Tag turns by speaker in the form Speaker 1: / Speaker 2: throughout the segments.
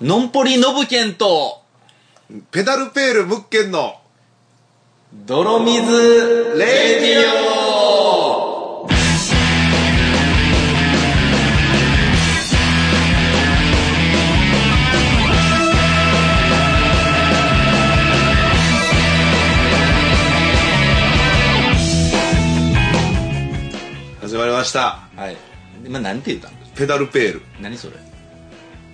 Speaker 1: のんぽりのぶけんと、
Speaker 2: ペダルペール物件の
Speaker 1: 泥水レディ
Speaker 2: 始まりました
Speaker 1: オはい。今なんて言ったの
Speaker 2: ペダルペール
Speaker 1: 何それ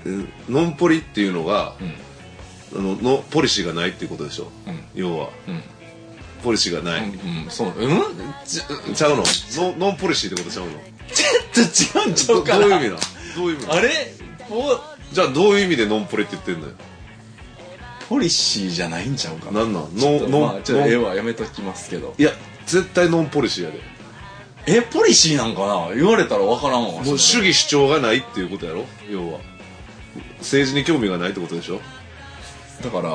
Speaker 2: うんノンポリっていうのが、
Speaker 1: う
Speaker 2: あののポリシーがないっていうことでしょ、
Speaker 1: うん
Speaker 2: 要は
Speaker 1: ん。うん。
Speaker 2: ポリシーがない、
Speaker 1: うん、うん、そう、うんち
Speaker 2: ちゃうのノノンポリシーってことちゃうの
Speaker 1: ちょっと違うんちゃ
Speaker 2: ど
Speaker 1: う
Speaker 2: ど
Speaker 1: か
Speaker 2: う
Speaker 1: な
Speaker 2: いう意味だどういう意味
Speaker 1: あ
Speaker 2: だ
Speaker 1: れポ、
Speaker 2: じゃあどういう意味でノンポリって言ってんのよ
Speaker 1: ポリシーじゃないんちゃうかな。
Speaker 2: なんなん
Speaker 1: ちょっ
Speaker 2: ノ
Speaker 1: と
Speaker 2: ンノン、
Speaker 1: まあ、ちょっと絵
Speaker 2: ノン
Speaker 1: はやめときますけど。
Speaker 2: いや絶対ノンポリシーやで
Speaker 1: え、ポリシーなんかな言われたらわからんわ。
Speaker 2: もう主義主張がないっていうことやろ要は政治に興味がないってことでしょ
Speaker 1: だから、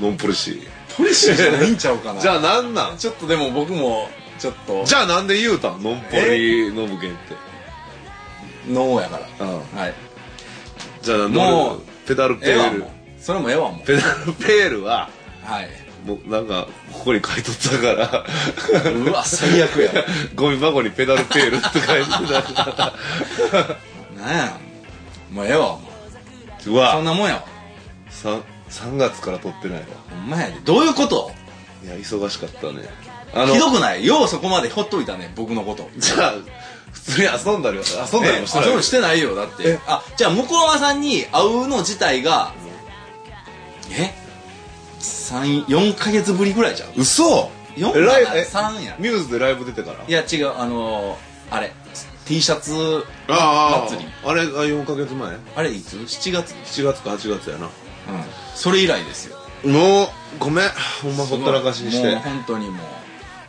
Speaker 2: ノンポリシー
Speaker 1: ポリ シーじゃないんちゃうかな。
Speaker 2: じゃあなんなん
Speaker 1: ちょっとでも僕も、ちょっと、
Speaker 2: じゃあなんで言うたんノンポリの無限って
Speaker 1: ノーやから。
Speaker 2: ああ
Speaker 1: はい。
Speaker 2: じゃあ
Speaker 1: も
Speaker 2: もうペダル
Speaker 1: え
Speaker 2: ペ
Speaker 1: えわ
Speaker 2: ー
Speaker 1: も
Speaker 2: ル
Speaker 1: ん。それもええわもん。
Speaker 2: ペダルペールは
Speaker 1: はい。
Speaker 2: もうなんかここに書いとったから
Speaker 1: うわ、最悪や。
Speaker 2: ゴミ箱にペダルペールって書いてたか
Speaker 1: なんやもうええわもう
Speaker 2: らう
Speaker 1: そん
Speaker 2: わ
Speaker 1: なもんやわ
Speaker 2: 3, 3月から撮ってないわ
Speaker 1: ほんまやでどういうこと
Speaker 2: いや忙しかったねあの
Speaker 1: ひどくないようそこまでほっといたね僕のこと
Speaker 2: じゃあ普通に遊んだりは遊んだりもして
Speaker 1: え
Speaker 2: ない
Speaker 1: あそうしてないよだってあじゃあ向山さんに会うの自体がえ三4ヶ月ぶりぐらいじゃん
Speaker 2: 嘘
Speaker 1: 四
Speaker 2: えライブ
Speaker 1: え
Speaker 2: え
Speaker 1: 三や
Speaker 2: ミューズでライブ出てから
Speaker 1: いや違うあのー、あれ T シャツ
Speaker 2: あ
Speaker 1: 祭り
Speaker 2: ああれが4ヶ月前
Speaker 1: あれいつ ?7 月うん
Speaker 2: 7月か8月やな
Speaker 1: それ以来ですよ
Speaker 2: もうごめんほんまほったらかしにし
Speaker 1: もう
Speaker 2: て
Speaker 1: 本当にも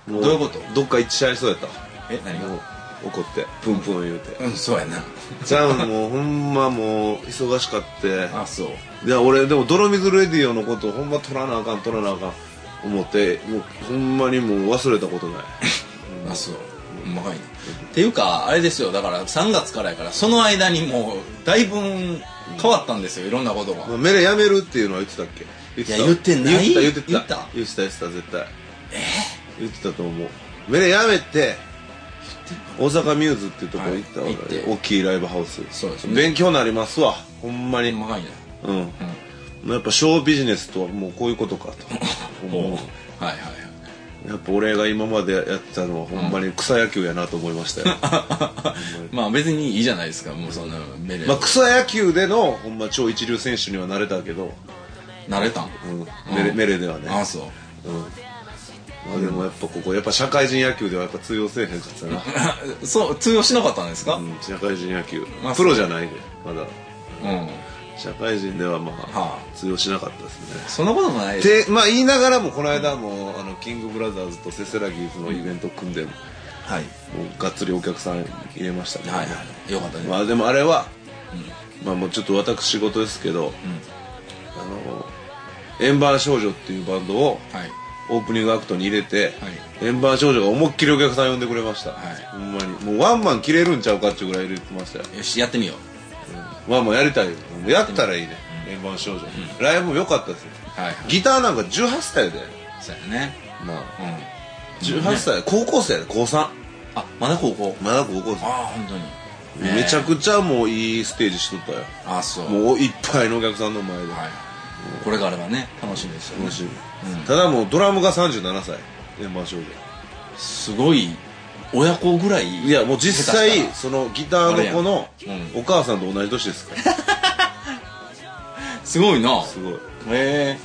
Speaker 1: う
Speaker 2: も
Speaker 1: どういうこと
Speaker 2: どっか行っちゃいそうやった
Speaker 1: え何
Speaker 2: もう
Speaker 1: が
Speaker 2: 怒ってプンプン言うて
Speaker 1: うんそうやな
Speaker 2: じゃあもうほんまもう忙しかって
Speaker 1: あそう
Speaker 2: いや俺でも泥水レディオのことほんま取らなあかん取らなあかん思ってもうほんまにもう忘れたことない
Speaker 1: あそううまかいなっていうかあれですよだから3月からやからその間にもうだいぶん変わったんですよいろんなことが、
Speaker 2: まあメレやめるっていうのは言ってたっけ言ってた
Speaker 1: いや言ってない
Speaker 2: 言
Speaker 1: 言
Speaker 2: ってた言
Speaker 1: っ
Speaker 2: って
Speaker 1: た
Speaker 2: た言ってた言ってた絶対言ってたと思うメレやめて大阪ミューズっていうとこ行ったわ、
Speaker 1: はい行って
Speaker 2: 大きいライブハウス
Speaker 1: そうですね
Speaker 2: 勉強になりますわほんまに
Speaker 1: うまかいな
Speaker 2: うん、やっぱショービジネスとはもうこういうことかと
Speaker 1: お
Speaker 2: 思
Speaker 1: はいはいう
Speaker 2: やっぱ俺が今までやってたのはほんまに草野球やなと思いま したよ、
Speaker 1: はいまあ別にいいじゃないですかもうそんな目で、
Speaker 2: まあ、草野球でのほんま超一流選手にはなれたけど、
Speaker 1: 慣れたん、
Speaker 2: うんメレメレではね
Speaker 1: あそう
Speaker 2: まあ、でもやっぱここやっぱ社会人野球ではやっぱ通用せえへんかっ たな、
Speaker 1: そう通用しなかったんですか
Speaker 2: う
Speaker 1: うん、
Speaker 2: ん、社会人野球
Speaker 1: まあ
Speaker 2: プロじゃないでまだ
Speaker 1: は
Speaker 2: 社会人ではまあ、
Speaker 1: あ
Speaker 2: 通用しなかったですね
Speaker 1: そんなこともないです
Speaker 2: でまあ言いながらもこの間も、あのキングブラザーズとセセラギーズのイベント組んでも
Speaker 1: はいう
Speaker 2: がっつりお客さん入れましたね、
Speaker 1: はいはいよかったね、
Speaker 2: まあでもあれは、まあもうちょっと私仕事ですけど、あの円盤少女っていうバンドを
Speaker 1: はい
Speaker 2: オープニングアクトに入れて、
Speaker 1: は
Speaker 2: 円盤少女が思いっきりお客さん呼んでくれました、
Speaker 1: はい
Speaker 2: ほんまにもうワンマン切れるんちゃうかっていうぐらい入れてましたよ
Speaker 1: よしやってみよう
Speaker 2: ワンマンやりたいよもうやったらいいね、円盤少女、ライブも良かったですよ
Speaker 1: はいはい
Speaker 2: ギターなんか18歳やで
Speaker 1: そうやね
Speaker 2: な
Speaker 1: うん
Speaker 2: あ18歳、高校生やで高3
Speaker 1: あまだ高校
Speaker 2: まだ高校生
Speaker 1: ああ本当に
Speaker 2: めちゃくちゃもういいステージしとったよ
Speaker 1: あそう
Speaker 2: もういっぱいのお客さんの前で
Speaker 1: はい、これからがね楽しみですよね
Speaker 2: 楽しみ、ただもうドラムが37歳円盤少女
Speaker 1: すごい親子ぐらい
Speaker 2: いやもう実
Speaker 1: 下手
Speaker 2: 際
Speaker 1: し
Speaker 2: そのギターの子の
Speaker 1: あれやん
Speaker 2: お母さんと同じ年ですから
Speaker 1: たらすごいな
Speaker 2: すごい
Speaker 1: へえ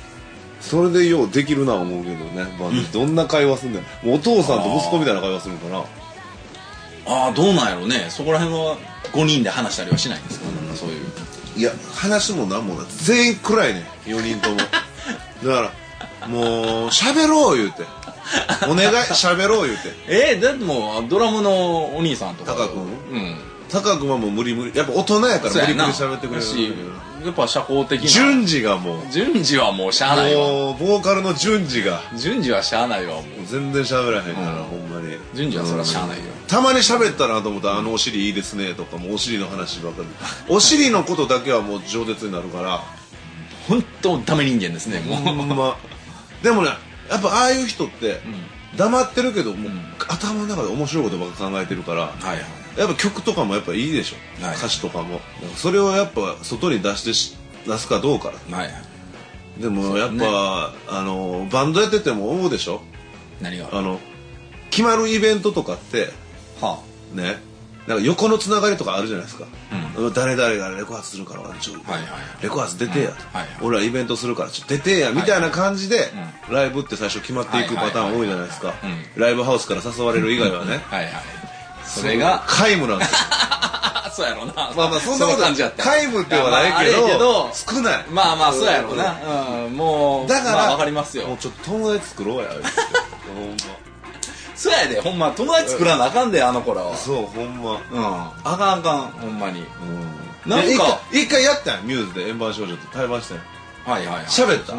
Speaker 2: それでようできるな思うけどねバンドどんな会話すんだよもうお父さんと息子みたいな会話するのかな
Speaker 1: ああどうなんやろうねそこら辺は5人で話したりはしないんですかなんかそういう
Speaker 2: いや話もなんもない全員暗いね4人と もだからもう喋ろう言うてお 願い喋ろう言うて
Speaker 1: えー、だってもうドラムのお兄さんとか
Speaker 2: 高くん
Speaker 1: うん
Speaker 2: 高君はもう無理無理やっぱ大人やから無
Speaker 1: そうや
Speaker 2: 理無
Speaker 1: な
Speaker 2: 理喋ってくれ
Speaker 1: だし
Speaker 2: る
Speaker 1: やっぱ社交的な
Speaker 2: 順次がもう
Speaker 1: 順次はもうしゃあないわ
Speaker 2: もうボーカルの順次が
Speaker 1: 順次はしゃあないわもう
Speaker 2: 全然喋らへんから、
Speaker 1: うん
Speaker 2: ほんまに
Speaker 1: 順次はそりゃしゃあないよ
Speaker 2: たまに喋ったなと思ったら「あのお尻いいですね」とかもうお尻の話ばっかりお尻のことだけはもう饒舌になるから
Speaker 1: 本当ダメ人間ですねも
Speaker 2: ほ
Speaker 1: う、
Speaker 2: んまでもねやっぱああいう人って黙ってるけどもう頭の中で面白いことばっか考えてるから
Speaker 1: はいはい
Speaker 2: やっぱ曲とかもやっぱいいでしょ、
Speaker 1: はい
Speaker 2: 歌詞とかもそれをやっぱ外に出してし出すかどうか
Speaker 1: はいはい
Speaker 2: でもやっぱ、
Speaker 1: ね
Speaker 2: あのバンドやってても思うでしょ
Speaker 1: 何がは
Speaker 2: あの決まるイベントとかって
Speaker 1: あ
Speaker 2: ねなんか横のつながりとかあるじゃないですか、誰々がレコ発するからちょ、
Speaker 1: はいはい
Speaker 2: レコ発出てや、
Speaker 1: はいはい
Speaker 2: 俺らイベントするからちょっと出てや、みたいな感じで、ライブって最初決まっていくパターン多いじゃないですか、ライブハウスから誘われる以外はね
Speaker 1: はいはいそれが
Speaker 2: 皆無なんですよ
Speaker 1: あそうやろな
Speaker 2: まあまあそんなこと
Speaker 1: 感じやった
Speaker 2: 皆無ではないけ
Speaker 1: いや
Speaker 2: ど,、
Speaker 1: まああれやけ
Speaker 2: 少ない
Speaker 1: どまあまあそうやろなうんもう
Speaker 2: だから、
Speaker 1: まあわかります
Speaker 2: もう
Speaker 1: よ
Speaker 2: ちょっと友達作ろうや言うてほん
Speaker 1: そうやでほんま友達作らなあかんであの子らは
Speaker 2: まそうほんま
Speaker 1: うんあかんあかんほんまに
Speaker 2: うん
Speaker 1: なんか
Speaker 2: いや一回一回やったやんミューズで円盤少女と対バンしたやん
Speaker 1: はいはいはい
Speaker 2: 喋った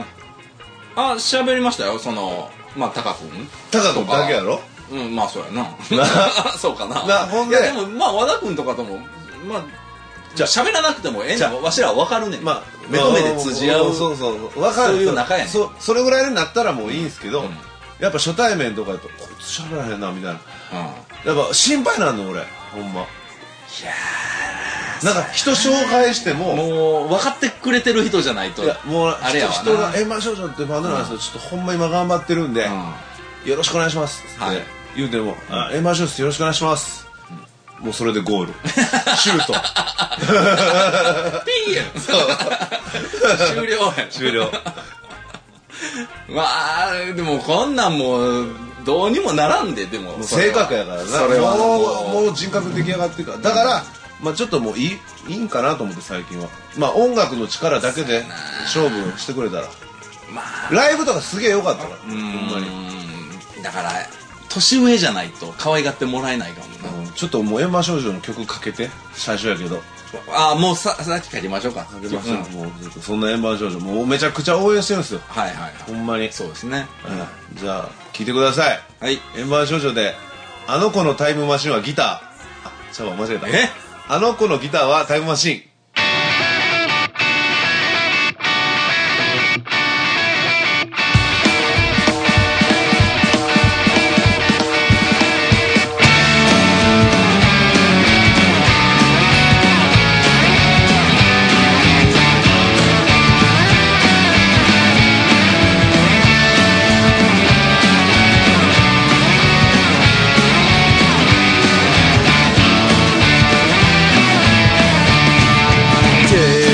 Speaker 1: あ喋りましたよそのまあタカ君
Speaker 2: タカ君だけやろ
Speaker 1: うんまあそうやな そうかな
Speaker 2: なほんで
Speaker 1: いやでもまあ和田君とかともまあじゃあ喋らなくてもええん
Speaker 2: じゃあ
Speaker 1: わしらは分かるねん
Speaker 2: まあ
Speaker 1: 目と目で通じ合う
Speaker 2: そうそうそう分かる
Speaker 1: そういう仲やねん
Speaker 2: そそれぐらいになったらもういいんすけど、
Speaker 1: うん
Speaker 2: やっぱ初対面とかやとこいつ喋らへんなみたいな
Speaker 1: うんい
Speaker 2: やっぱ心配なんの俺ほんま
Speaker 1: や
Speaker 2: なんか人紹介しても
Speaker 1: ーもう分かってくれてる人じゃないと
Speaker 2: いやもう
Speaker 1: あれやわな
Speaker 2: 人人が「円盤少女」ってバンドなんですよ、ちょっとほんま今頑張ってるんで、
Speaker 1: う
Speaker 2: よろしくお願いします」って
Speaker 1: はい
Speaker 2: 言うても「あ円盤少女ですよろしくお願いします」もうそれでゴールシュート
Speaker 1: んピーやん 終了やん
Speaker 2: 終了
Speaker 1: まあでもこんなんもうどうにもならんででもそれ
Speaker 2: 性
Speaker 1: は
Speaker 2: 格やからな
Speaker 1: それは
Speaker 2: もう
Speaker 1: もう
Speaker 2: もう人格出来上がってるからだから、まあ、ちょっともういいいいんかなと思って最近はまあ音楽の力だけで勝負してくれたら
Speaker 1: まあ
Speaker 2: ライブとかすげえ良かったからほんまに、
Speaker 1: だから年上じゃないと可愛がってもらえないかもな、
Speaker 2: うんちょっともう円盤少女の曲かけて最初やけど
Speaker 1: ああもうささっき書きましょうか書
Speaker 2: かけまし
Speaker 1: うん
Speaker 2: た、もうちょっとそんな円盤少女もうめちゃくちゃ応援してるんですよ
Speaker 1: はいはいはい
Speaker 2: ほんまに
Speaker 1: そうですね、
Speaker 2: うんじゃあ聞いてください
Speaker 1: はい
Speaker 2: 円盤少女で「あの子のタイムマシンはギター」あちゃうわ間違えた
Speaker 1: え
Speaker 2: あの子のギターはタイムマシン
Speaker 3: 「あの子のギターは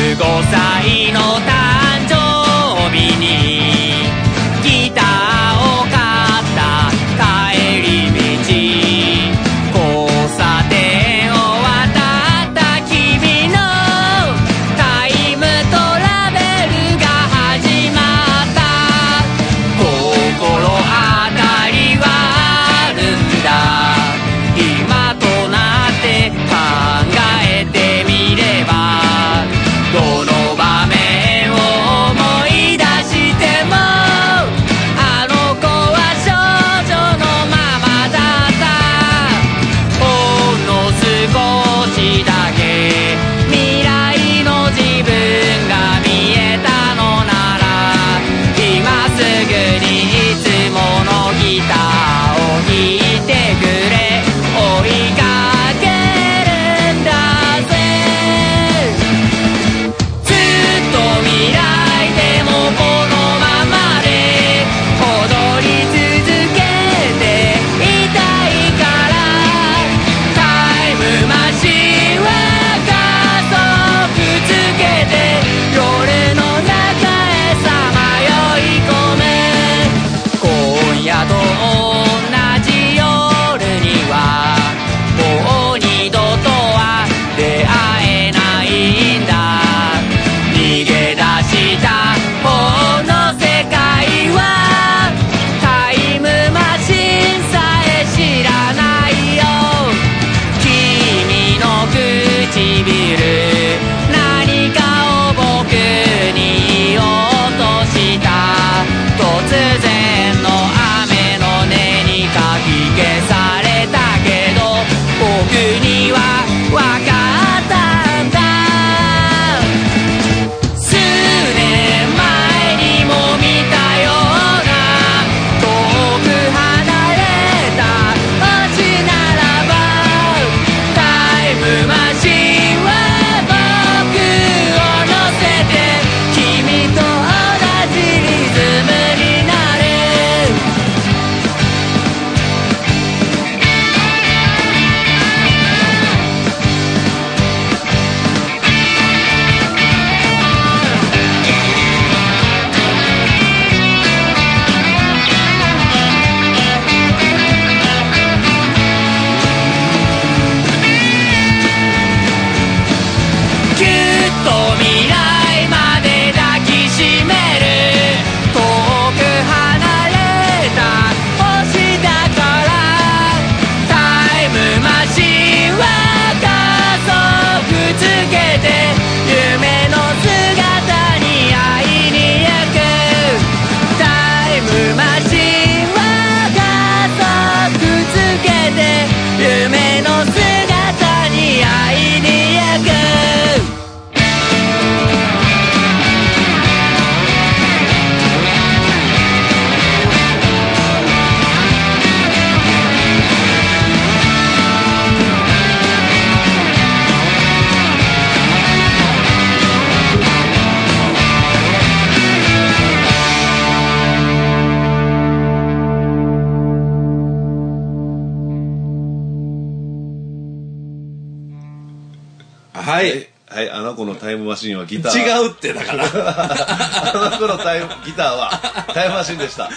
Speaker 1: はい
Speaker 2: はい、あの子のタイムマシンはギター。う。
Speaker 1: 違うってだから
Speaker 2: あの子のタイム、ギターはタイムマシンでした。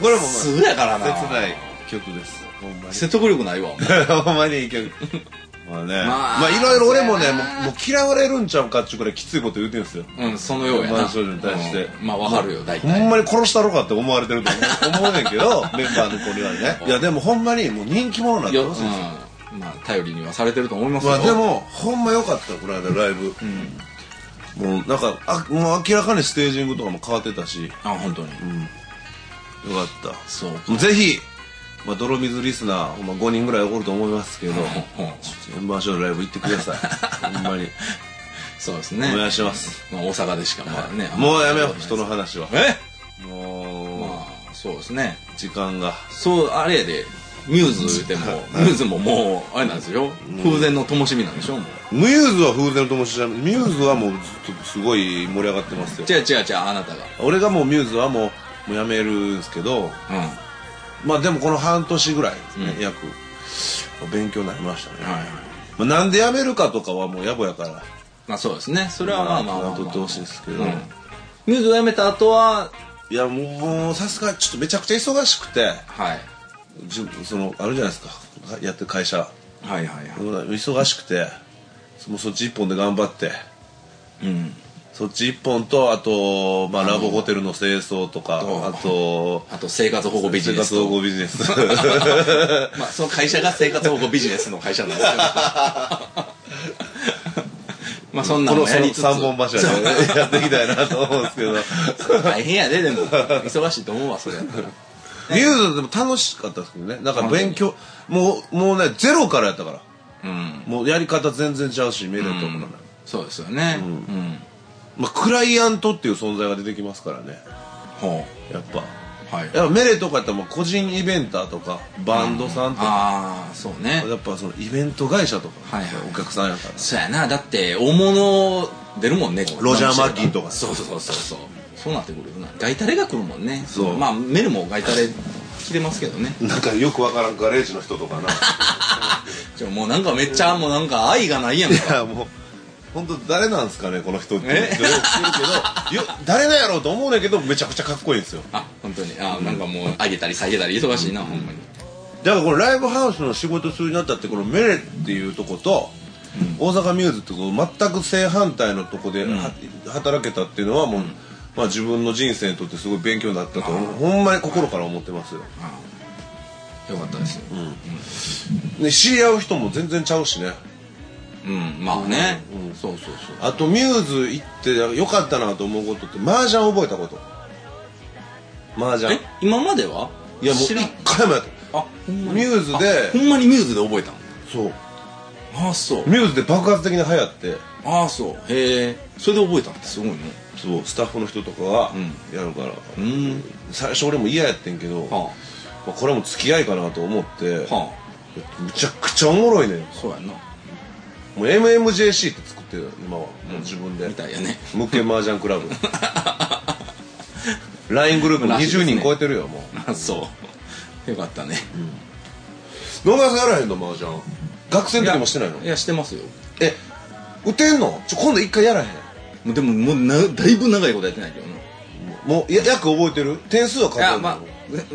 Speaker 2: これも、まあ、
Speaker 1: すぐやからな
Speaker 2: 切ない曲です。ほんまに。
Speaker 1: 説得力ないわお前
Speaker 2: ほんまにいい曲。まあね。
Speaker 1: ま
Speaker 2: ま
Speaker 1: あ
Speaker 2: あ、いろいろ俺もね、
Speaker 1: そうや
Speaker 2: も
Speaker 1: な
Speaker 2: うもう嫌われるんちゃうかっちゅうくらいきついこと言うてんすよ。
Speaker 1: うんそのようやな
Speaker 2: マンションに対して
Speaker 1: うんまあわかるよ大
Speaker 2: ほん
Speaker 1: 体
Speaker 2: まに殺したろかって思われてると思 う思うねんけど、メンバーの子にはね。いや、でもほんまにもう人気者なんだ
Speaker 1: よ
Speaker 2: よ
Speaker 1: う。んまあ頼りにはされてると思います
Speaker 2: ま
Speaker 1: よ
Speaker 2: あでも、ほんま良かった、この間ライブ。もうなんか、あもう明らかにステージングとかも変わってたし、よ
Speaker 1: あ本当に
Speaker 2: かった。
Speaker 1: そうか
Speaker 2: ぜひ、まあ、泥水リスナー、ほんま5人ぐらいおると思いますけど、
Speaker 1: うんうん
Speaker 2: メンバーショーのライブ行ってくださ い。ほんまに。
Speaker 1: そうですね
Speaker 2: お願いします。
Speaker 1: まあ大阪でしかまあね
Speaker 2: もうやめよう、人の話は。
Speaker 1: え
Speaker 2: もう、
Speaker 1: まあそうですね
Speaker 2: 時間が。
Speaker 1: そうあれやでミューズ言うてもミューズももうあれなんですよ風前の灯火なんでしょもう
Speaker 2: ミューズは風船の友達じゃないミューズはもうずっとすごい盛り上がってますよ。
Speaker 1: 違う違う違うあなたが
Speaker 2: 俺がもうミューズはもう、もうやめるんですけど、
Speaker 1: うんはい
Speaker 2: まあでもこの半年ぐらいですね、約勉強になりましたね、
Speaker 1: はい
Speaker 2: まあ、なんで辞めるかとかはもう野暮やから
Speaker 1: まあそうですねそれはまあまあまあまあ
Speaker 2: 取ってほしいですけど、
Speaker 1: うんミューズを辞めた後はい
Speaker 2: やもうさすがにちょっとめちゃくちゃ忙しくて
Speaker 1: はい
Speaker 2: じそのあるじゃないですかやってる会社
Speaker 1: はいはいは
Speaker 2: 忙しくてもうそっち一本で頑張って
Speaker 1: いうん
Speaker 2: そっち一本とあと、まあ、ラブホテルの清掃とか
Speaker 1: どう
Speaker 2: あと
Speaker 1: あと生活保護ビジネ
Speaker 2: 生
Speaker 1: ス
Speaker 2: 活保
Speaker 1: と
Speaker 2: 護ビジ ネス
Speaker 1: まあその会社が生活保護ビジネスの会社 なんですけどまあそんな
Speaker 2: こ
Speaker 1: の
Speaker 2: の
Speaker 1: もやりつつ
Speaker 2: 3本柱でねやっていきたいなと思うんですけど
Speaker 1: 大変やででも忙しいと思うわ それやったら
Speaker 2: ミューズでも楽しかったですけどねなんか勉強もうもうねゼロからやったから
Speaker 1: うん
Speaker 2: もうやり方全然ちゃうしメリットもない、
Speaker 1: そうですよねうん
Speaker 2: まあ、クライアントっていう存在が出てきますからね
Speaker 1: ほ
Speaker 2: やっぱ
Speaker 1: うはい
Speaker 2: やっぱメレとかやったらもう個人イベンターとかバンドさんとか、
Speaker 1: ああそうね
Speaker 2: やっぱそのイベント会社とか、
Speaker 1: はいはい
Speaker 2: お客さんやから
Speaker 1: そうやなだって大物出るもんね
Speaker 2: ロジャーマッキーとか
Speaker 1: そうそうそうそうそうそうなってくるよなガイタレが来るもんね
Speaker 2: そう
Speaker 1: まあメルもガイタレ来てますけどね
Speaker 2: なんかよくわからんガレージの人とかな い
Speaker 1: じゃあもうなんかめっちゃもうなんか愛がないやんか
Speaker 2: やもう本当誰なんですかねこの人って
Speaker 1: え
Speaker 2: よく聞けるけどよ誰なんやろうと思うねんけどめちゃくちゃかっこいいんですよ
Speaker 1: あ本当にあなんかもう上げたり下げたり忙しいなほんまに
Speaker 2: だからこのライブハウスの仕事するようになったってこのメレっていうとこと、大阪ミューズってこと全く正反対のとこで、は働けたっていうのはもう、まあ、自分の人生にとってすごい勉強になったとほんまに心から思ってますよ、
Speaker 1: よかったですよ
Speaker 2: ね、知り合う人も全然ちゃうしね
Speaker 1: うん、まあね、そうそうそう
Speaker 2: あとミューズ行ってよかったなと思うことって麻雀覚えたこと麻雀
Speaker 1: え今まではい
Speaker 2: やもう
Speaker 1: 知らん
Speaker 2: 一回もやった
Speaker 1: あほんま
Speaker 2: ミ
Speaker 1: に
Speaker 2: ューズ
Speaker 1: ほ
Speaker 2: で
Speaker 1: んまにミューズで覚えたの
Speaker 2: そう
Speaker 1: ああそう
Speaker 2: ミューズで爆発的に流行って
Speaker 1: ああそうへえそれで覚えたんってすごいね
Speaker 2: そうスタッフの人とかが
Speaker 1: う
Speaker 2: やるから、
Speaker 1: うん
Speaker 2: 最初俺も嫌やってんけど、
Speaker 1: は
Speaker 2: まあ、これはもう付き合いかなと思って、
Speaker 1: あは
Speaker 2: むちゃくちゃおもろいねん
Speaker 1: あそうやんな
Speaker 2: もう MMJC って作ってるよ今はもう自分で、
Speaker 1: みたいやね
Speaker 2: 無形麻雀クラブ LINE グループ
Speaker 1: らしいですね
Speaker 2: 20人超えてるよも
Speaker 1: あそうよかったね
Speaker 2: う野川さんやらへんの麻雀学生の時もしてないの
Speaker 1: いやしてますよ
Speaker 2: え打てんのちょ今度一回やらへん
Speaker 1: もうでももうなだいぶ長いことやってないけどな
Speaker 2: もうや役覚えてる点数は数
Speaker 1: い
Speaker 2: えて
Speaker 1: や
Speaker 2: るの、
Speaker 1: まあう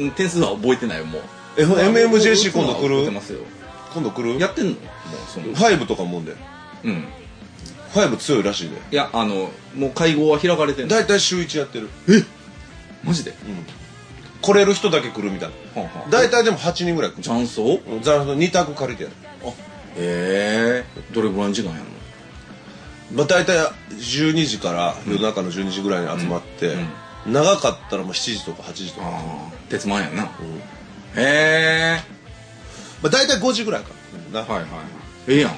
Speaker 1: ん点数は覚えてないよもう
Speaker 2: え MMJC 今度来
Speaker 1: 覚えて
Speaker 2: る
Speaker 1: ますよ
Speaker 2: 今度来る
Speaker 1: やってんのもうその
Speaker 2: 5とかもんで
Speaker 1: うん
Speaker 2: 5強いらしいで
Speaker 1: いやあのもう会合は開かれてんの
Speaker 2: 大体週1やってる
Speaker 1: マジで
Speaker 2: 来れる人だけ来るみたい
Speaker 1: はあは
Speaker 2: な
Speaker 1: あ
Speaker 2: 大体でも8人ぐらい来
Speaker 1: チャンスを
Speaker 2: るザラの2択借りてやる、
Speaker 1: あええどれぐらいの時間やんの
Speaker 2: まあ、大体12時から夜中の12時ぐらいに集まって、長かったらもう7時とか8時とか、
Speaker 1: ああ鉄満やんな、へえ
Speaker 2: まあ、大体5時ぐらいからな、い、
Speaker 1: はいはいええやん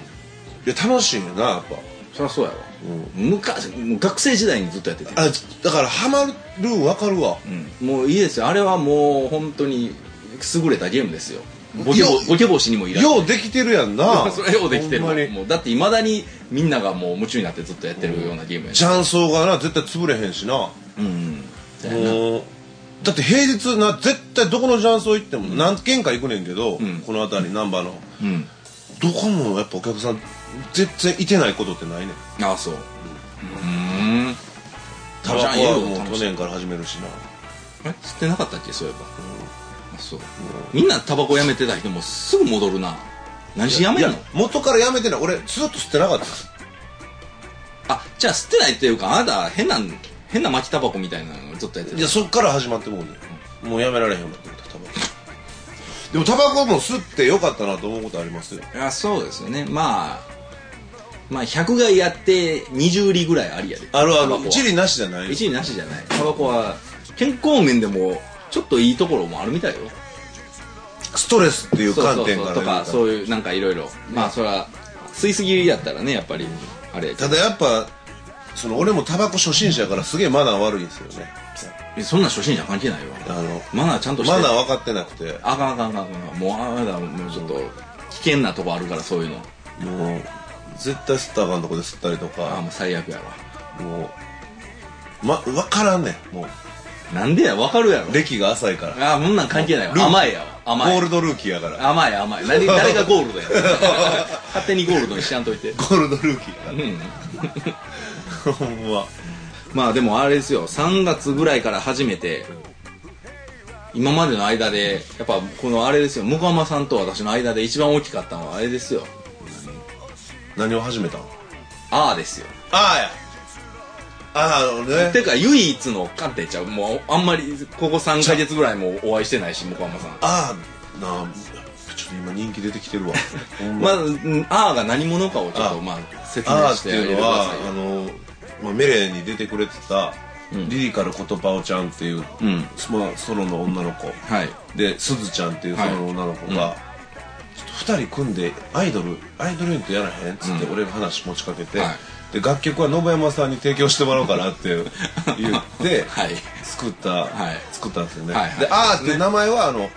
Speaker 2: や楽しいよなやっぱ
Speaker 1: そりゃそうやわ、昔もう学生時代にずっとやってて
Speaker 2: あだからハマるん分かるわ
Speaker 1: うんもういいですよあれはもう本当に優れたゲームですよボケ
Speaker 2: い
Speaker 1: ぼ
Speaker 2: や
Speaker 1: ボケ防止にもいらない
Speaker 2: ようできてるやん な
Speaker 1: それをできてる
Speaker 2: ほんまに
Speaker 1: もうだっていまだにみんながもう夢中になってずっとやってるようなゲームやし
Speaker 2: 雀荘がな絶対潰れへんしな
Speaker 1: うんうんだよな
Speaker 2: もうだって平日な絶対どこの雀荘行っても何軒か行くねんけど、
Speaker 1: ん
Speaker 2: この辺り難波の
Speaker 1: うん
Speaker 2: どこもやっぱお客さん全然いてないことってないねん
Speaker 1: ああそううん
Speaker 2: タバコはもう去年から始めるしな
Speaker 1: え吸ってなかったっけそういえば、あそう、みんなタバコやめてた人もすぐ戻るな何しやめん
Speaker 2: い
Speaker 1: の
Speaker 2: 元からやめてない俺ずっと吸ってなかった
Speaker 1: あじゃあ吸ってないっていうかあなた変な変な巻きタバコみたいなのずっとやって
Speaker 2: い
Speaker 1: た
Speaker 2: やそっから始まってもうねもうやめられへんようになってきたタバコでもタバコも吸ってよかったなと思うことありますよ
Speaker 1: いやそうですよねまあまあ100害やって20利ぐらいありやで
Speaker 2: あるあ
Speaker 1: タバ
Speaker 2: る
Speaker 1: コは
Speaker 2: 一理なしじゃない
Speaker 1: 一理なしじゃないタバコは健康面でもちょっといいところもあるみたいよ
Speaker 2: ストレスっていう
Speaker 1: そうそ
Speaker 2: 観
Speaker 1: う
Speaker 2: 点
Speaker 1: そ
Speaker 2: か
Speaker 1: う
Speaker 2: ら
Speaker 1: とかそうういうなんかいろいろまあそら吸いすぎやったらねやっぱりあれやけ
Speaker 2: た
Speaker 1: ど
Speaker 2: だやっぱその俺もタバコ初心者やからすげえマナー悪いんですよね
Speaker 1: えそんなん初心者関係ないよ
Speaker 2: あの
Speaker 1: マナーちゃんとして
Speaker 2: マナー分かってなくて
Speaker 1: あかんあかんあかんあかんもうあだもうちょっと危険なとこあるからそういうの
Speaker 2: もう絶対吸ったらあかんとこで吸ったりと
Speaker 1: あ
Speaker 2: か
Speaker 1: もう最悪やわ
Speaker 2: もうま分からんねんも
Speaker 1: なんでやわかるやろ
Speaker 2: う歴が浅いから
Speaker 1: あもんなん関係ないわ甘いやわ甘い
Speaker 2: ゴールドルーキーやから
Speaker 1: 甘い甘い何 誰がゴールドや勝手にゴールドにしちゃんといて
Speaker 2: ゴールドルーキーやか
Speaker 1: う
Speaker 2: ら
Speaker 1: ん
Speaker 2: ほんま
Speaker 1: まあでもあれですよ3月ぐらいから始めて今までの間でやっぱこのあれですよ向山さんと私の間で一番大きかったのはあれですよ
Speaker 2: 何を始めたの
Speaker 1: ああですよ
Speaker 2: ああやああのね
Speaker 1: てか唯一の観点ちゃうもうあんまりここ3ヶ月ぐらいもお会いしてないし向山さん
Speaker 2: ああなあちょっと今人気出てきて るわほん
Speaker 1: まあ
Speaker 2: ま
Speaker 1: うんあーが何者かをちょっと
Speaker 2: あ
Speaker 1: まあ説
Speaker 2: あ
Speaker 1: 明
Speaker 2: あっ
Speaker 1: しててあげ
Speaker 2: い
Speaker 1: て
Speaker 2: う
Speaker 1: く
Speaker 2: の
Speaker 1: だ
Speaker 2: は
Speaker 1: さい
Speaker 2: あ
Speaker 1: よ
Speaker 2: の、まあ、メレーに出てくれてた、
Speaker 1: ん
Speaker 2: リリカルことぱおちゃんっていう、
Speaker 1: うん
Speaker 2: まあ、ソロの女の子
Speaker 1: はい
Speaker 2: ですずちゃんっていうソロの女の子が、
Speaker 1: は
Speaker 2: ちょっと2人組んでアイドルアイドルユニットやらへんっつって
Speaker 1: うん
Speaker 2: 俺が話持ちかけて、
Speaker 1: はい
Speaker 2: で楽曲は信山さんに提供してもらおうかなって 言って
Speaker 1: はい
Speaker 2: 作った、
Speaker 1: はい
Speaker 2: 作ったんですよね、
Speaker 1: はいはい
Speaker 2: で「あ」っていう名前はあの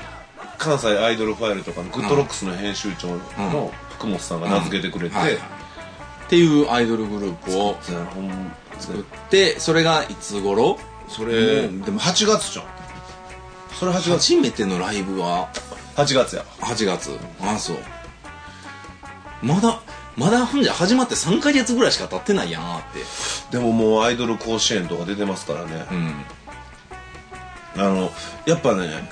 Speaker 2: 関西アイドルファイルとかのグッドロックスの編集長の福本さんが名付けてくれて、
Speaker 1: はいっていうアイドルグループを
Speaker 2: そやほんま
Speaker 1: 作ってそれがいつ頃
Speaker 2: それ
Speaker 1: もう
Speaker 2: でも8月じゃんそれ8月
Speaker 1: 初めてのライブは
Speaker 2: 8月や
Speaker 1: 8月あそうまだまだほんじゃ始まって3ヶ月ぐらいしか経ってないやな って
Speaker 2: でももうアイドル甲子園とか出てますからね、
Speaker 1: うん
Speaker 2: あのやっぱね、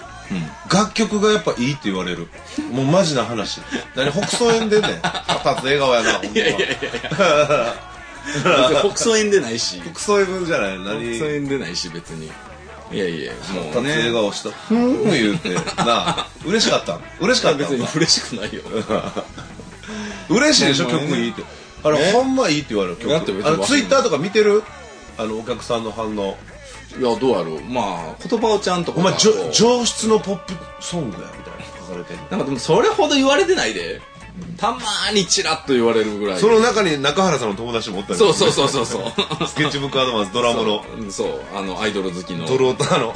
Speaker 2: 楽曲がやっぱいいって言われるもうマジな話だね北総 園でね腹立つ笑顔やなほんま
Speaker 1: いやいやいやいや別に北総園でないし
Speaker 2: 北総園じゃない何
Speaker 1: 北総園でないし別にいやいやも
Speaker 2: 立
Speaker 1: う
Speaker 2: つ
Speaker 1: ね
Speaker 2: 笑顔したふーん言うてなあ嬉しかったん嬉しかった
Speaker 1: 別
Speaker 2: ん
Speaker 1: に
Speaker 2: か
Speaker 1: 嬉しくないよ
Speaker 2: 嬉しいでしょ
Speaker 1: ほんま
Speaker 2: 曲
Speaker 1: にね
Speaker 2: いいってあれ
Speaker 1: ね
Speaker 2: ほんまいいって言われる曲
Speaker 1: だって別に
Speaker 2: あのツイッターとか見てるあのお客さんの反応
Speaker 1: いやどうやろうまあ言葉をちゃんと
Speaker 2: お前じ
Speaker 1: こ
Speaker 2: ょ
Speaker 1: う
Speaker 2: 上質のポップソングやみたいな書かれてんの
Speaker 1: なんかでもそれほど言われてないでたまーにチラッと言われるぐらい
Speaker 2: その中に中原さんの友達もおったり
Speaker 1: そうそうそうそうそう
Speaker 2: スケッチブックアドバンスドラムの
Speaker 1: うんそうあのアイドル好きの
Speaker 2: ドローターの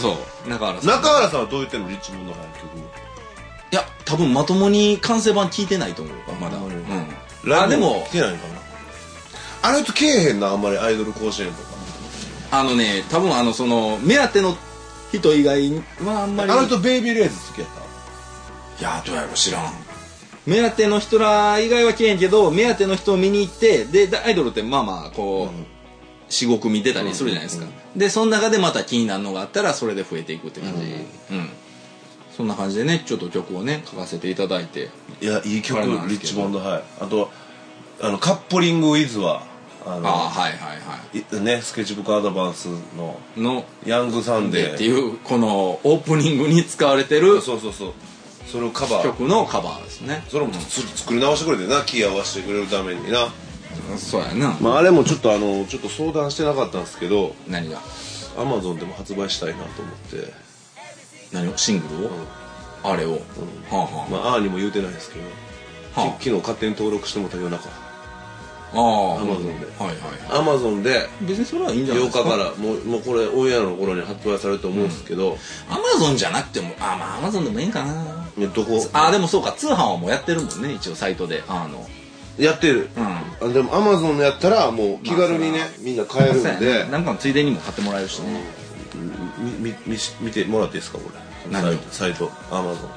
Speaker 1: そう中原さん
Speaker 2: 中原さんはどう言ってるのリッチモンの配曲
Speaker 1: いや多分まともに完成版聞いてないと思うまだ
Speaker 2: あ
Speaker 1: う
Speaker 2: ほんまに
Speaker 1: んあでも
Speaker 2: 来てないのかなあの人けえへんなあんまりアイドル甲子園とか
Speaker 1: あのね多分あのその目当ての人以外はあんまり
Speaker 2: あの人ベイビーレイズ好きやった
Speaker 1: いやどうやろ知らん目当ての人ら以外は来えへんけど目当ての人を見に行ってでアイドルってまあまあこう、45組出たりするじゃないですか、でその中でまた気になるのがあったらそれで増えていくって感じうん、そんな感じでねちょっと曲をね書かせていただいて
Speaker 2: いやいい曲
Speaker 1: あれなん
Speaker 2: リ
Speaker 1: ですけど
Speaker 2: ッチモンドはいあとあのカップリングウィズはあの
Speaker 1: ああはいはいはい
Speaker 2: いねスケッチブックアドバンスの
Speaker 1: の
Speaker 2: ヤングサンデ
Speaker 1: で
Speaker 2: ー
Speaker 1: っていうこのオープニングに使われてる
Speaker 2: そうそうそうそれをカバー
Speaker 1: 曲のカバーですね
Speaker 2: それもつ作り直してくれてなキー合わせてくれるためにな、
Speaker 1: そうやな、
Speaker 2: まあ、あれもちょっとあのちょっと相談してなかったんですけど
Speaker 1: 何が
Speaker 2: アマゾンでも発売したいなと思って、
Speaker 1: 何をシングルを、あれを、はあはあ
Speaker 2: まあ、あーにも言うてないですけど、
Speaker 1: は
Speaker 2: き昨日勝手に登録してもたけどなんか
Speaker 1: あああ
Speaker 2: Amazon で
Speaker 1: はいはいは
Speaker 2: アマゾンで
Speaker 1: い別にそれはいいんじゃない
Speaker 2: 8
Speaker 1: です
Speaker 2: 日
Speaker 1: か
Speaker 2: からもうもうこれオンエアの頃に発売されると思うんですけど、
Speaker 1: アマゾンじゃなくてもあまあアマゾンでもええんかな
Speaker 2: ねどこ
Speaker 1: あでもそうか通販はもうやってるもんね一応サイトであの
Speaker 2: やってる、
Speaker 1: う
Speaker 2: あでもアマゾンのやったらもう気軽にね、
Speaker 1: まあ
Speaker 2: みんな買えるん
Speaker 1: そうや
Speaker 2: で
Speaker 1: ななんかのついでにも買ってもらえるしね
Speaker 2: みみみし見てもらっていいですかこれ
Speaker 1: 何を
Speaker 2: サイトサイトアマゾン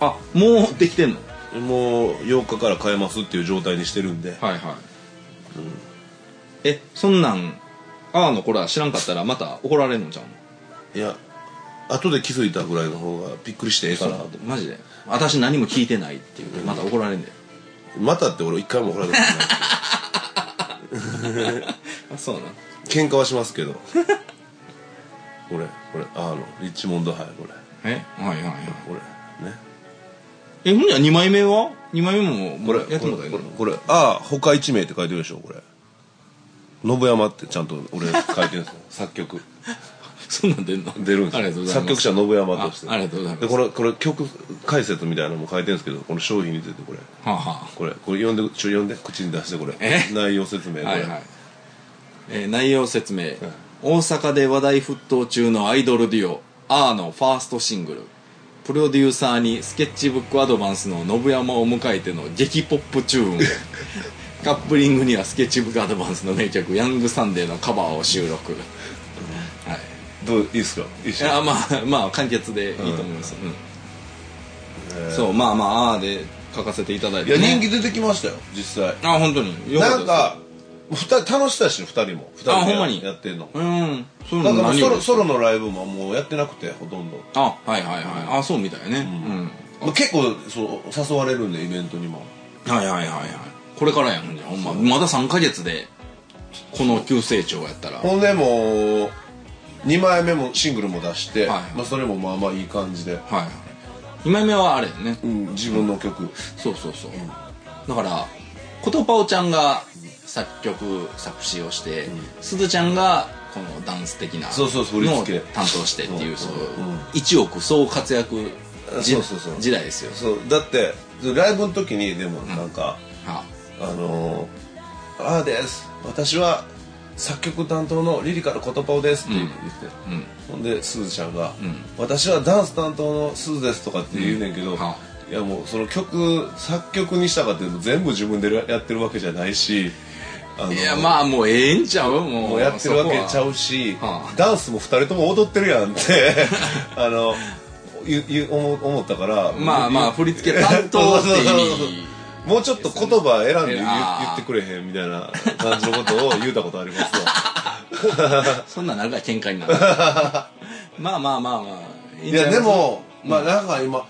Speaker 1: あもうできてんの
Speaker 2: もう8日から変えますっていう状態にしてるんで、
Speaker 1: はいはい、えそんなんああのこら知らんかったらまた怒られんのちゃうの
Speaker 2: い、や後で気づいたぐらいの方がびっくりしてええかなと
Speaker 1: マジで私何も聞いてないっていうまた怒られんで
Speaker 2: またって俺一回も怒られたことない
Speaker 1: あそうな
Speaker 2: 喧嘩はしますけどこれこれあのリッチモンド杯これ
Speaker 1: えはいはいはい
Speaker 2: これね
Speaker 1: えほんじゃ2枚目は2枚目も
Speaker 2: これ
Speaker 1: やっても
Speaker 2: こ
Speaker 1: ら
Speaker 2: れ
Speaker 1: え
Speaker 2: こ
Speaker 1: る
Speaker 2: れこれああ他1名って書いてるでしょこれ信山ってちゃんと俺書いてるんで すよ作曲
Speaker 1: そんなん出んの
Speaker 2: 出るん
Speaker 1: ありがとう
Speaker 2: で
Speaker 1: ご
Speaker 2: す
Speaker 1: ざい
Speaker 2: 作
Speaker 1: ます
Speaker 2: 曲者信山として
Speaker 1: あありがとうございます
Speaker 2: でこれこれ曲解説みたいなのも書いてるんですけどこの商品についてこれ
Speaker 1: はあ、は
Speaker 2: これこれ読んでちょ読んで口に出してこれ
Speaker 1: え
Speaker 2: 内容説明こ
Speaker 1: あ、
Speaker 2: れ、
Speaker 1: はいはい、えー内容説明、大阪で話題沸騰中のアイドルデュオ R のファーストシングルプロデューサーにスケッチブックアドバンスの信山を迎えての激ポップチ ューンカップリングにはスケッチブックアドバンスの名曲「ヤングサンデー」のカバーを収録、 はい
Speaker 2: どういいですか一
Speaker 1: い
Speaker 2: 緒
Speaker 1: やまあまあ簡潔でいいと思います、うん
Speaker 2: えー
Speaker 1: そうまあまあ「あ」で書かせていただい
Speaker 2: い
Speaker 1: て、
Speaker 2: や
Speaker 1: ね、
Speaker 2: 人気出てきましたよ実際
Speaker 1: あ本当によ
Speaker 2: なん
Speaker 1: か
Speaker 2: か二人楽しそうやし2人も2人で
Speaker 1: あほんまに
Speaker 2: やってんの
Speaker 1: ったですうんそうい
Speaker 2: だ
Speaker 1: うの
Speaker 2: から
Speaker 1: 何
Speaker 2: ソ
Speaker 1: より
Speaker 2: ロソロのライブももうやってなくてほとんど、
Speaker 1: あはいはいはいあそうみたいねうん、
Speaker 2: まあ、結構そう誘われるんでイベントにも
Speaker 1: はいはいはいはいこれからやんじゃあほんままだ3ヶ月でこの急成長やったら
Speaker 2: ほんでもう2枚目もシングルも出して、
Speaker 1: はい
Speaker 2: まあ、それもまあまあいい感じで、
Speaker 1: はい2枚目はあれよね
Speaker 2: うん、自分の曲、
Speaker 1: そうそうそうだからことぱおちゃんが作曲作詞をして、すずちゃんがこのダンス的な
Speaker 2: そうそうそう振り
Speaker 1: のを
Speaker 2: 付け
Speaker 1: 担当してっていうそう
Speaker 2: うんうん
Speaker 1: 一億総活躍じ
Speaker 2: そうそうそう
Speaker 1: 時代ですよ
Speaker 2: そうだってライブの時にでもなんか、
Speaker 1: は
Speaker 2: あのー「ああです私は作曲担当のリリカル言葉をです」って言って、
Speaker 1: うん
Speaker 2: ほんですずちゃんが、
Speaker 1: ん
Speaker 2: 私はダンス担当のすずです」とかって言うねんけど、
Speaker 1: うんはい
Speaker 2: やもうその曲作曲にしたかっていうの全部自分でやってるわけじゃないしあの
Speaker 1: いやまあもうええんちゃうもう
Speaker 2: もうやってるわけちゃ
Speaker 1: う
Speaker 2: うし、
Speaker 1: はあ
Speaker 2: ダンスも2人とも踊ってるやんって あのゆゆ思思ったから
Speaker 1: まあまあ振り付け担当って意
Speaker 2: そうそうそう
Speaker 1: 味
Speaker 2: もうちょっと言葉選んで言,、
Speaker 1: あー
Speaker 2: 言ってくれへんみたいな感じのことを言うたことありますわ
Speaker 1: そんななんか喧嘩になる まあまあまあまあいいん ち
Speaker 2: い
Speaker 1: ゃ
Speaker 2: や
Speaker 1: ま
Speaker 2: ですも、まあなんか今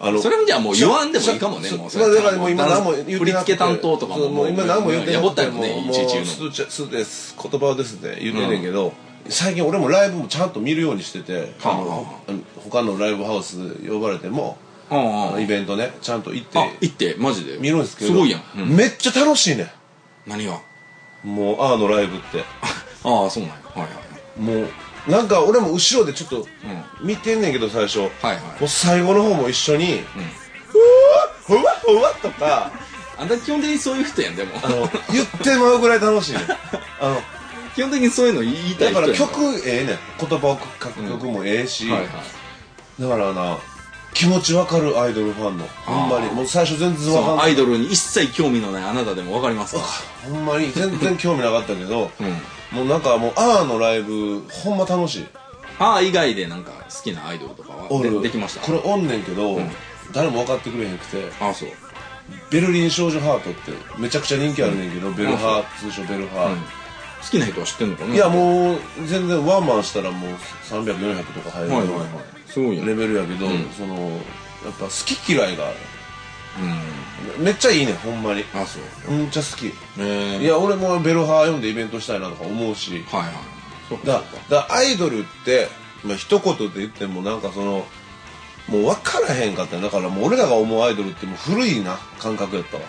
Speaker 2: あの
Speaker 1: それじゃあもう言わんでもいいかもね
Speaker 2: そ
Speaker 1: もう
Speaker 2: そまあだからもう今
Speaker 1: ダンス
Speaker 2: 何も言ってなくて
Speaker 1: 振り付け担当とかも
Speaker 2: そうもう今何も言ってな
Speaker 1: やぼっ
Speaker 2: く
Speaker 1: た
Speaker 2: て
Speaker 1: よね
Speaker 2: も
Speaker 1: いちいち言う
Speaker 2: う
Speaker 1: の
Speaker 2: すちゃすです言葉をですね言ってんねんけど、最近俺もライブもちゃんと見るようにしてて、
Speaker 1: はあ
Speaker 2: あのあの他のライブハウス呼ばれても、
Speaker 1: うん
Speaker 2: あ
Speaker 1: う
Speaker 2: の
Speaker 1: ん
Speaker 2: イベントねちゃんと行って
Speaker 1: あ行ってマジで
Speaker 2: 見るんですけど
Speaker 1: ごいやん、うん
Speaker 2: めっちゃ楽しいね
Speaker 1: 何が
Speaker 2: んもうあーのライブって
Speaker 1: ああそうなんやはいはい
Speaker 2: もうなんか俺も後ろでちょっと見てんねんけど最初、
Speaker 1: はいはい
Speaker 2: もう最後の方も一緒に「ふわふわふわ」とか
Speaker 1: あんた基本的にそういう人やんでも
Speaker 2: あの言ってまうぐらい楽しいねんあの
Speaker 1: 基本的にそういうの言いたい人
Speaker 2: だか
Speaker 1: やん
Speaker 2: ら曲ええねん言葉を書く曲もええし、
Speaker 1: はいはい
Speaker 2: だからな気持ちわかるアイドルファンのほんまにもう最初全然
Speaker 1: そ
Speaker 2: わかん
Speaker 1: の
Speaker 2: な
Speaker 1: ア
Speaker 2: い
Speaker 1: イドルに一切興味のないあなたでも分かりますか
Speaker 2: ほんまに全然興味なかったけど、
Speaker 1: うん
Speaker 2: もうなんかもうあーのライブほんま楽しい
Speaker 1: ああ以外でなんか好きなアイドルとかは
Speaker 2: お
Speaker 1: で
Speaker 2: る
Speaker 1: できました
Speaker 2: これおんねんけど、誰も分かってくれへんくて
Speaker 1: ああそう
Speaker 2: ベルリン少女ハートってめちゃくちゃ人気あるねんけど、ベルハー通称ベルハ
Speaker 1: 好きな人は知ってんのか
Speaker 2: ー、
Speaker 1: ない
Speaker 2: やもう全然ワンマンしたらもう300400とか入る、
Speaker 1: はいはいはいすごいよね
Speaker 2: レベルやけど、そのやっぱ好き嫌いがあるめっちゃいいねんほんまに
Speaker 1: あそう
Speaker 2: めっちゃ好き
Speaker 1: え
Speaker 2: いや俺もベルハー読んでイベントしたいなとか思うし
Speaker 1: はいはいそうか
Speaker 2: だだアイドルって、まあ、一言で言ってもなんかそのもう分からへんかったよだからもう俺らが思うアイドルってもう古いな感覚やったわ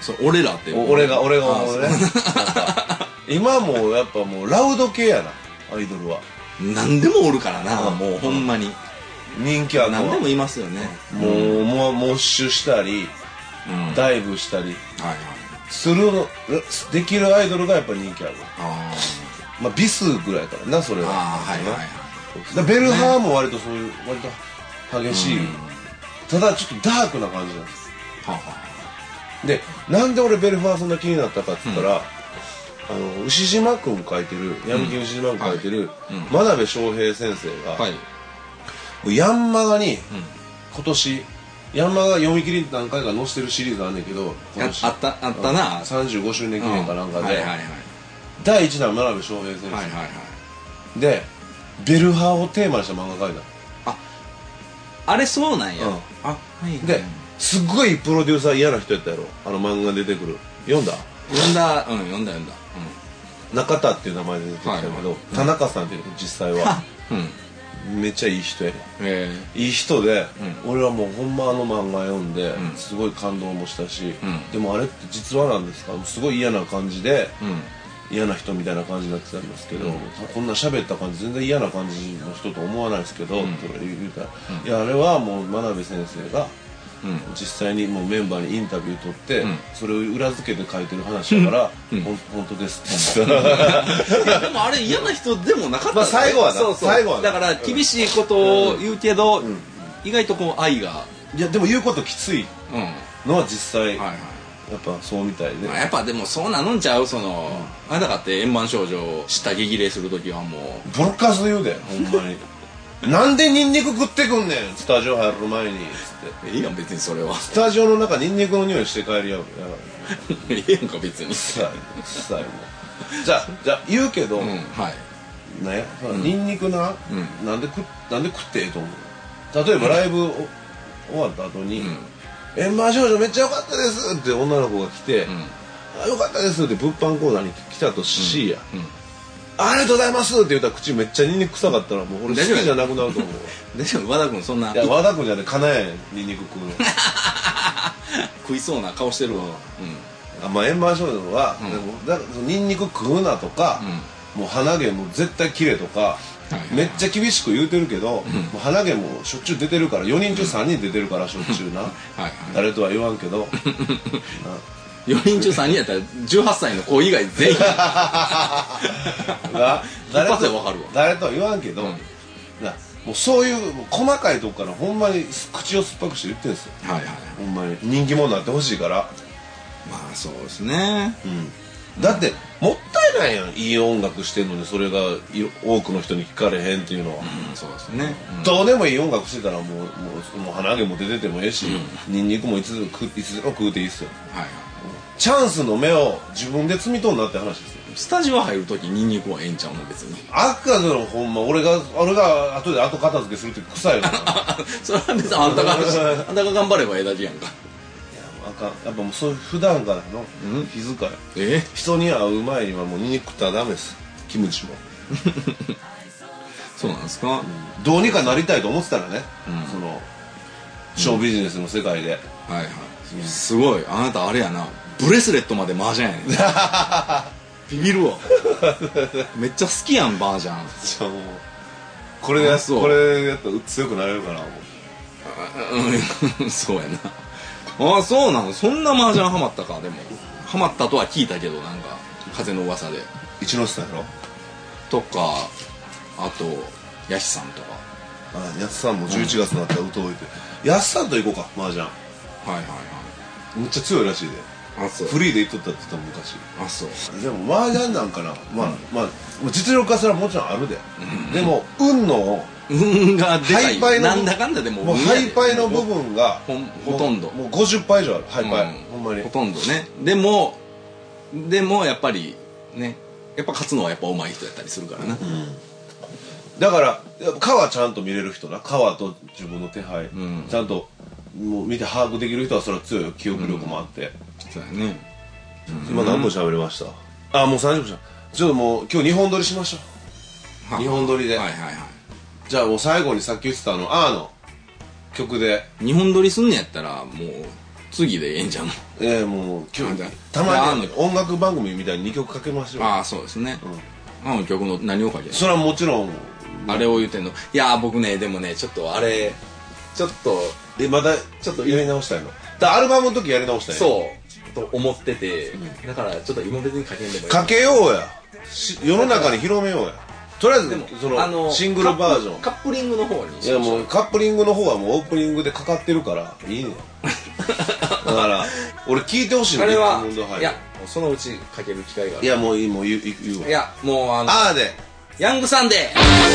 Speaker 1: そう俺らって
Speaker 2: お俺が俺が
Speaker 1: あ
Speaker 2: 思うねなんか今もうやっぱもうラウド系やなアイドルは
Speaker 1: 何でもおるからな
Speaker 2: うん
Speaker 1: もうほんまに
Speaker 2: 人気あるのは
Speaker 1: 何で
Speaker 2: も
Speaker 1: もいますよね
Speaker 2: うもうモッシュしたり
Speaker 1: うんはい
Speaker 2: ダイブしたり
Speaker 1: はい
Speaker 2: するのできるアイドルがやっぱ人気ある
Speaker 1: あ
Speaker 2: まあビスぐらいからなそれ
Speaker 1: ー
Speaker 2: は
Speaker 1: あーはいはいはい
Speaker 2: だベルハーも割とそういう割と激しい、ただちょっとダークな感じなんです
Speaker 1: はあは
Speaker 2: でなんで俺ベルファーそんな気になったかっつったら、あの牛島君書いてる闇金牛島君書いてる、真鍋翔平先生が、
Speaker 1: あはい
Speaker 2: ヤンマガに今年ヤンマが読み切り何回か載してるシリーズあんねんけど
Speaker 1: ああったあったな
Speaker 2: 35周年記念かなんか
Speaker 1: うん
Speaker 2: で、
Speaker 1: はいはいはい
Speaker 2: 第1弾真鍋翔平選手、
Speaker 1: はいはいはい
Speaker 2: でベルハーをテーマにした漫画描い
Speaker 1: あれそうなんや、
Speaker 2: うん
Speaker 1: あはいはい
Speaker 2: たですっごいプロデューサー嫌な人やったやろあの漫画出てくる読んだ
Speaker 1: 読んだうん読んだ読んだ
Speaker 2: 中田っていう名前で出てきたけど、
Speaker 1: はいはい
Speaker 2: 田中さんっていう実際は
Speaker 1: うん、うん、
Speaker 2: めっちゃいい人やねん
Speaker 1: え
Speaker 2: いい人で、俺はもうほんまあの漫画読んで、すごい感動もしたし、
Speaker 1: ん
Speaker 2: でもあれって実はなんですかすごい嫌な感じで、
Speaker 1: えうん
Speaker 2: 嫌な人みたいな感じになってたんですけど、こんな喋った感じ全然嫌な感じの人と思わないですけど、とか言うたら、いやあれはもう真鍋先生が
Speaker 1: うん
Speaker 2: 実際にもうメンバーにインタビュー取って、
Speaker 1: ん
Speaker 2: それを裏付けて書いてる話だから、ほん本当ですって言って
Speaker 1: いやでもあれ嫌な人でもなかった、ね
Speaker 2: まあ最後はな
Speaker 1: そうそう
Speaker 2: 最後はな
Speaker 1: だから厳しいことを言うけど、意外とこう愛が
Speaker 2: た いやでも言うこときつい
Speaker 1: うん
Speaker 2: のは実際、
Speaker 1: はいはい
Speaker 2: やっぱそうみたいで、
Speaker 1: まあやっぱでもそうなのんちゃうその、あれだかって円盤少女を下激励する時はもう
Speaker 2: ボロカス言うでほんまになんでニンニク食ってくんねんスタジオ入る前につって
Speaker 1: ええやん別にそれは
Speaker 2: スタジオの中ニンニクの匂いして帰りやうやばい
Speaker 1: ええやんか別に
Speaker 2: 臭い臭いもうじゃあじゃあ言うけど、
Speaker 1: うん
Speaker 2: ね
Speaker 1: はい
Speaker 2: ニンニクな、
Speaker 1: う
Speaker 2: なんで食なんで食ってええと思う例えばライブお終わった後に
Speaker 1: ん
Speaker 2: 「円盤少女めっちゃ良かったです」って女の子が来て
Speaker 1: うん
Speaker 2: 「あ良かったです」って物販コーナーに来たとしや、
Speaker 1: うん
Speaker 2: ありがとうございますって言ったら口めっちゃニンニク臭かったらもう俺好
Speaker 1: 大丈夫
Speaker 2: きじゃなくなると思うわ
Speaker 1: 大丈夫和田君そんない
Speaker 2: や和田君じゃねかなえニンニク食う の
Speaker 1: 食いそうな顔してるわ、うん
Speaker 2: あまあ円盤少女は、でもだからそのニンニク食うなとか、もう鼻毛も絶対綺麗とか、
Speaker 1: いはいはい
Speaker 2: めっちゃ厳しく言うてるけど、もう鼻毛もしょっちゅう出てるから4人中3人出てるからしょっちゅうな、
Speaker 1: はい
Speaker 2: 誰とは言わん けど
Speaker 1: 4人中3人やったら18歳の子以外全員
Speaker 2: な誰
Speaker 1: 一発で
Speaker 2: と
Speaker 1: わかるわ
Speaker 2: 誰とは言わんけど、
Speaker 1: うん
Speaker 2: なもうそういうもう細かいとこからほんまに口を酸っぱくして言ってるんですよ
Speaker 1: はいはい
Speaker 2: ほんまに人気者になってほしいから
Speaker 1: まあそうですね
Speaker 2: だってもったいないやんいい音楽してんのにそれがい多くの人に聞かれへんっていうのは、
Speaker 1: うんそうですね、うん
Speaker 2: どうでもいい音楽してたらもうもうもう鼻毛も出ててもええし、ニンニクもいつでも食ういつでも食うていいっすよ
Speaker 1: はいはい
Speaker 2: チャンスの芽を自分で摘み取るなって話ですよ
Speaker 1: スタジオ入る時ニンニクはええんちゃうの別に
Speaker 2: あっかのほんま俺が俺が後で後片付けするって臭 いよないや
Speaker 1: それは別にあんたがあんたが頑張ればええだけやんか
Speaker 2: あかんやっぱもうそういう普段からの気遣い、
Speaker 1: え
Speaker 2: 人に会う前にはもうニンニク食ったらダメですキムチも
Speaker 1: そうなんですか、
Speaker 2: どうにかなりたいと思ってたらね、
Speaker 1: うん
Speaker 2: そのショービジネスの世界で、
Speaker 1: はいはいすごいあなたあれやなブレスレットまで麻雀や ねんビビるわめっちゃ好きやん麻雀
Speaker 2: じゃあもうこれで
Speaker 1: あそう
Speaker 2: これでやったら強くなれるかなもう
Speaker 1: うんそうやなああそうなのそんな麻雀ハマったかでもハマったとは聞いたけどなんか風の噂で
Speaker 2: 一ノ瀬さんやろ
Speaker 1: とかあとヤシさんとか
Speaker 2: あやっさんも11月になったら歌おいて、やっさんと行こうか麻雀
Speaker 1: はいはいは
Speaker 2: むっちゃ強いらしいで
Speaker 1: いあそ
Speaker 2: フリーで行っとったって言ったもん昔
Speaker 1: あそう
Speaker 2: でも麻雀なんかな、まあまあ実力化すらもちろんあるで、でも運の
Speaker 1: 運がで
Speaker 2: ハ
Speaker 1: か
Speaker 2: イ
Speaker 1: い
Speaker 2: パイの
Speaker 1: なんだかんだでも
Speaker 2: もう
Speaker 1: 運や
Speaker 2: ハ
Speaker 1: で
Speaker 2: イパイの部分が
Speaker 1: ほん
Speaker 2: もう
Speaker 1: ほとんど
Speaker 2: もう50パイ以上あるハイパイ、
Speaker 1: うん
Speaker 2: ほんまに
Speaker 1: ほとんどねでもでもやっぱりねやっぱ勝つのはやっぱ上手い人やったりするからな、
Speaker 2: だからやっぱ川ちゃんと見れる人な川と自分の手配、
Speaker 1: ん
Speaker 2: ちゃんともう見て把握できる人はそれは強いよ記憶力もあって、
Speaker 1: そうやね
Speaker 2: 今何分喋りました、あもう30分しゃちょっともう今日2本撮りしましょう
Speaker 1: は
Speaker 2: 2本撮りで、
Speaker 1: はいはいはい
Speaker 2: じゃあもう最後にさっき言ってたあの「あ」の曲で
Speaker 1: 日本撮りすんのやったらもう次でええんじゃん
Speaker 2: ええもう今
Speaker 1: あ
Speaker 2: 日
Speaker 1: じゃあ
Speaker 2: たまに
Speaker 1: あ
Speaker 2: 音楽番組みたいに2曲かけましょう
Speaker 1: ああそうですね、あの曲の何をかけ
Speaker 2: それはもちろん
Speaker 1: あれを言うてんのいやー僕ねでもねちょっとあれちょっと
Speaker 2: えまたちょっとやり直したいのだからアルバムの時やり直したいの
Speaker 1: そうと思ってて、だからちょっと今別に書けんでもいい
Speaker 2: かけようやし世の中に広めようやとりあえず
Speaker 1: でも
Speaker 2: そのシングルバージョン
Speaker 1: カップリングの方に
Speaker 2: い やもうカップリングの方はもうオープニングでかかってるからいいねだから俺聞いてほしい
Speaker 1: あ
Speaker 2: の
Speaker 1: れは
Speaker 2: リックモンドハイ
Speaker 1: いやそのうちかける機会があ
Speaker 2: い
Speaker 1: る
Speaker 2: やもういいもう言う言う言うわ
Speaker 1: いやもうあの
Speaker 2: あーで
Speaker 1: ヤングサンデー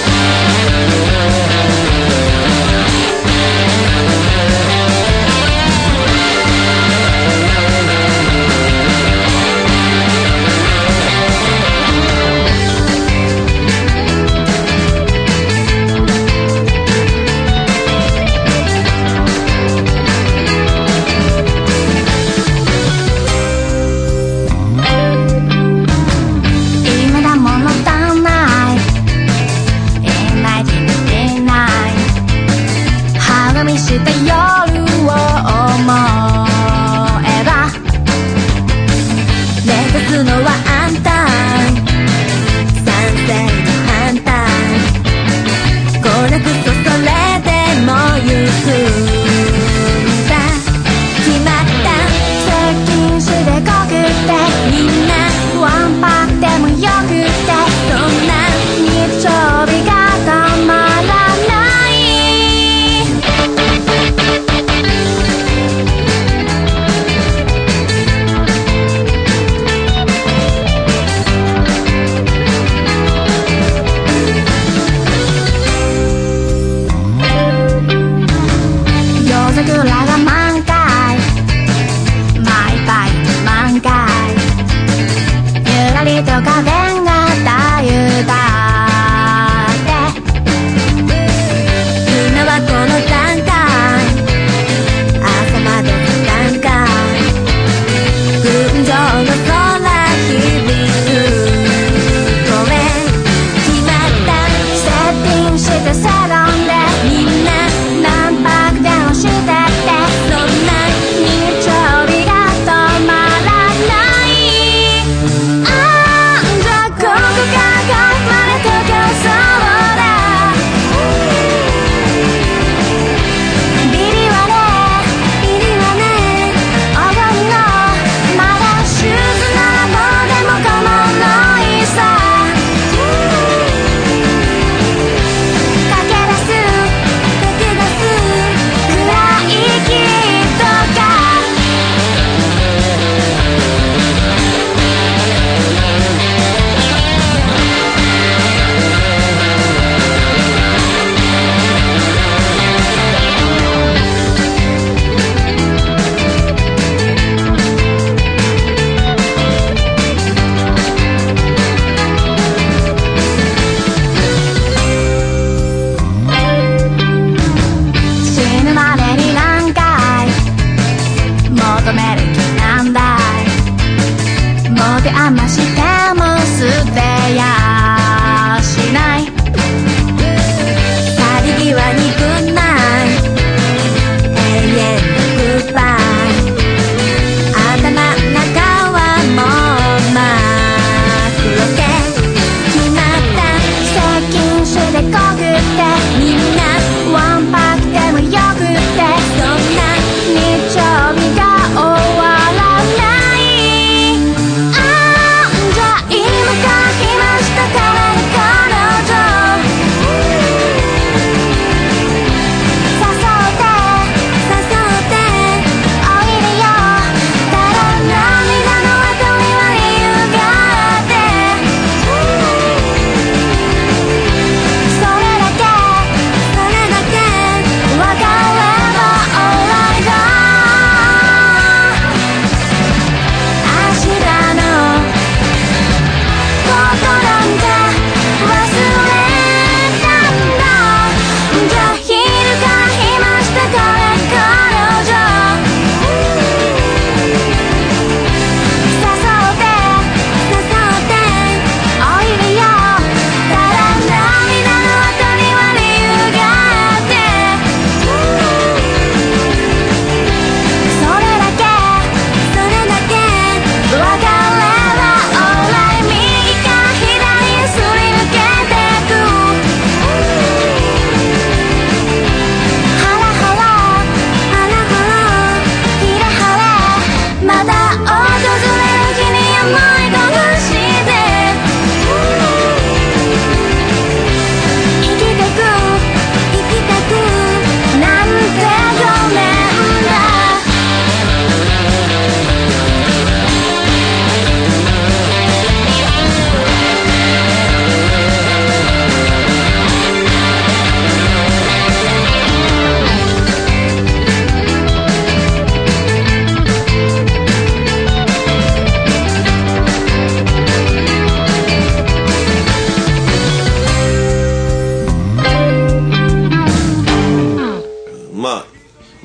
Speaker 2: ま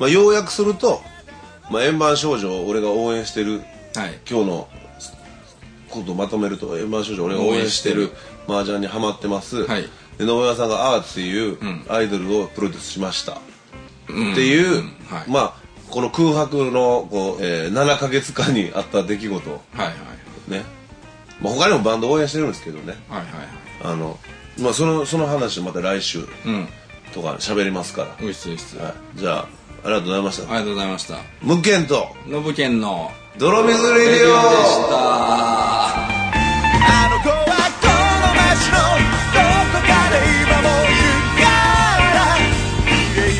Speaker 2: あ、要約すると、まあ、円盤少女を俺が応援してる
Speaker 1: はい
Speaker 2: 今日のことをまとめると円盤少女を俺が応援して
Speaker 1: 応援
Speaker 2: る
Speaker 1: して
Speaker 2: 麻雀にハマってます、
Speaker 1: はい
Speaker 2: で信長さんが「アーツ」いう
Speaker 1: うん
Speaker 2: アイドルをプロデュースしました、
Speaker 1: うん
Speaker 2: っていう、
Speaker 1: はい
Speaker 2: まあこの空白のこう、えー7ヶ月間にあった出来事を
Speaker 1: はいはい
Speaker 2: ね、まあ、他にもバンド応援してるんですけどね
Speaker 1: はいはいはい
Speaker 2: あの、まあ、そのその話をまた来週
Speaker 1: うん
Speaker 2: とか喋りますから、
Speaker 1: おいしそうですあ
Speaker 2: はい、じゃあありがとうございまし
Speaker 1: り
Speaker 2: た
Speaker 1: がとうございました
Speaker 2: 無限と
Speaker 1: ノブ県の
Speaker 2: 泥水レデ
Speaker 1: で
Speaker 2: ィオ
Speaker 1: した
Speaker 3: あの子はこの街のどこかで今もいるから綺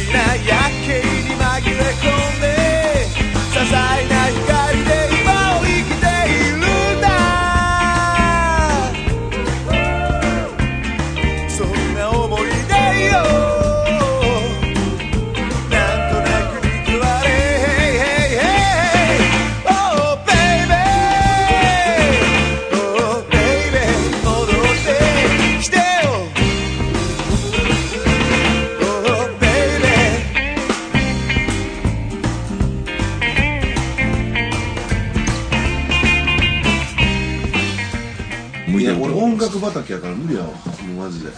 Speaker 3: 麗な夜景に紛れ込んで些細な光で今を生きているんだそんな思い出よなんとなくに食われ Oh baby Oh baby 踊ってきてよ Oh baby
Speaker 1: 向い
Speaker 2: い
Speaker 1: て
Speaker 2: や
Speaker 1: ると
Speaker 2: 俺
Speaker 1: 思う
Speaker 2: 音楽畑やから無理やわもうマジで